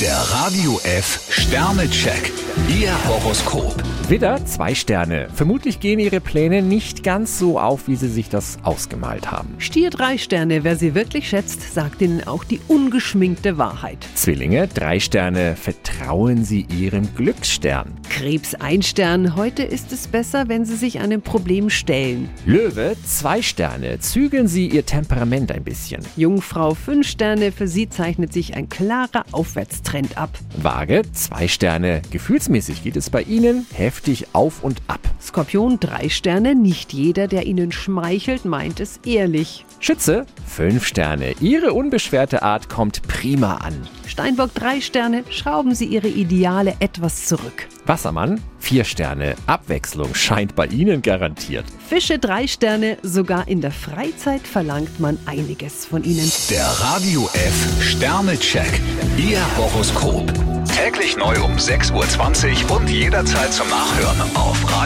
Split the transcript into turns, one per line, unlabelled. Der Radio F Sternecheck. Ihr Horoskop.
Widder, zwei Sterne. Vermutlich gehen Ihre Pläne nicht ganz so auf, wie Sie sich das ausgemalt haben.
Stier drei Sterne, wer sie wirklich schätzt, sagt ihnen auch die ungeschminkte Wahrheit.
Zwillinge, drei Sterne. Vertrauen Sie Ihrem Glücksstern.
Krebs ein Stern, heute ist es besser, wenn sie sich einem Problem stellen.
Löwe, zwei Sterne. Zügeln Sie Ihr Temperament ein bisschen.
Jungfrau fünf Sterne, für sie zeichnet sich ein klarer Aufwärtstrend ab.
Waage, zwei Sterne. Gefühlsmäßig geht es bei Ihnen heftig auf und ab.
Skorpion drei Sterne, nicht jeder, der ihnen schmeichelt, meint es ehrlich.
Schütze, fünf Sterne. Ihre unbeschwerte Art kommt prima an.
Steinbock drei Sterne, schrauben sie ihre Ideale etwas zurück.
Wassermann, vier Sterne. Abwechslung scheint bei Ihnen garantiert.
Fische drei Sterne, sogar in der Freizeit verlangt man einiges von ihnen.
Der Radio F Sternecheck. Ihr Horoskop. Täglich neu um 6.20 Uhr und jederzeit zum Nachhören auf E.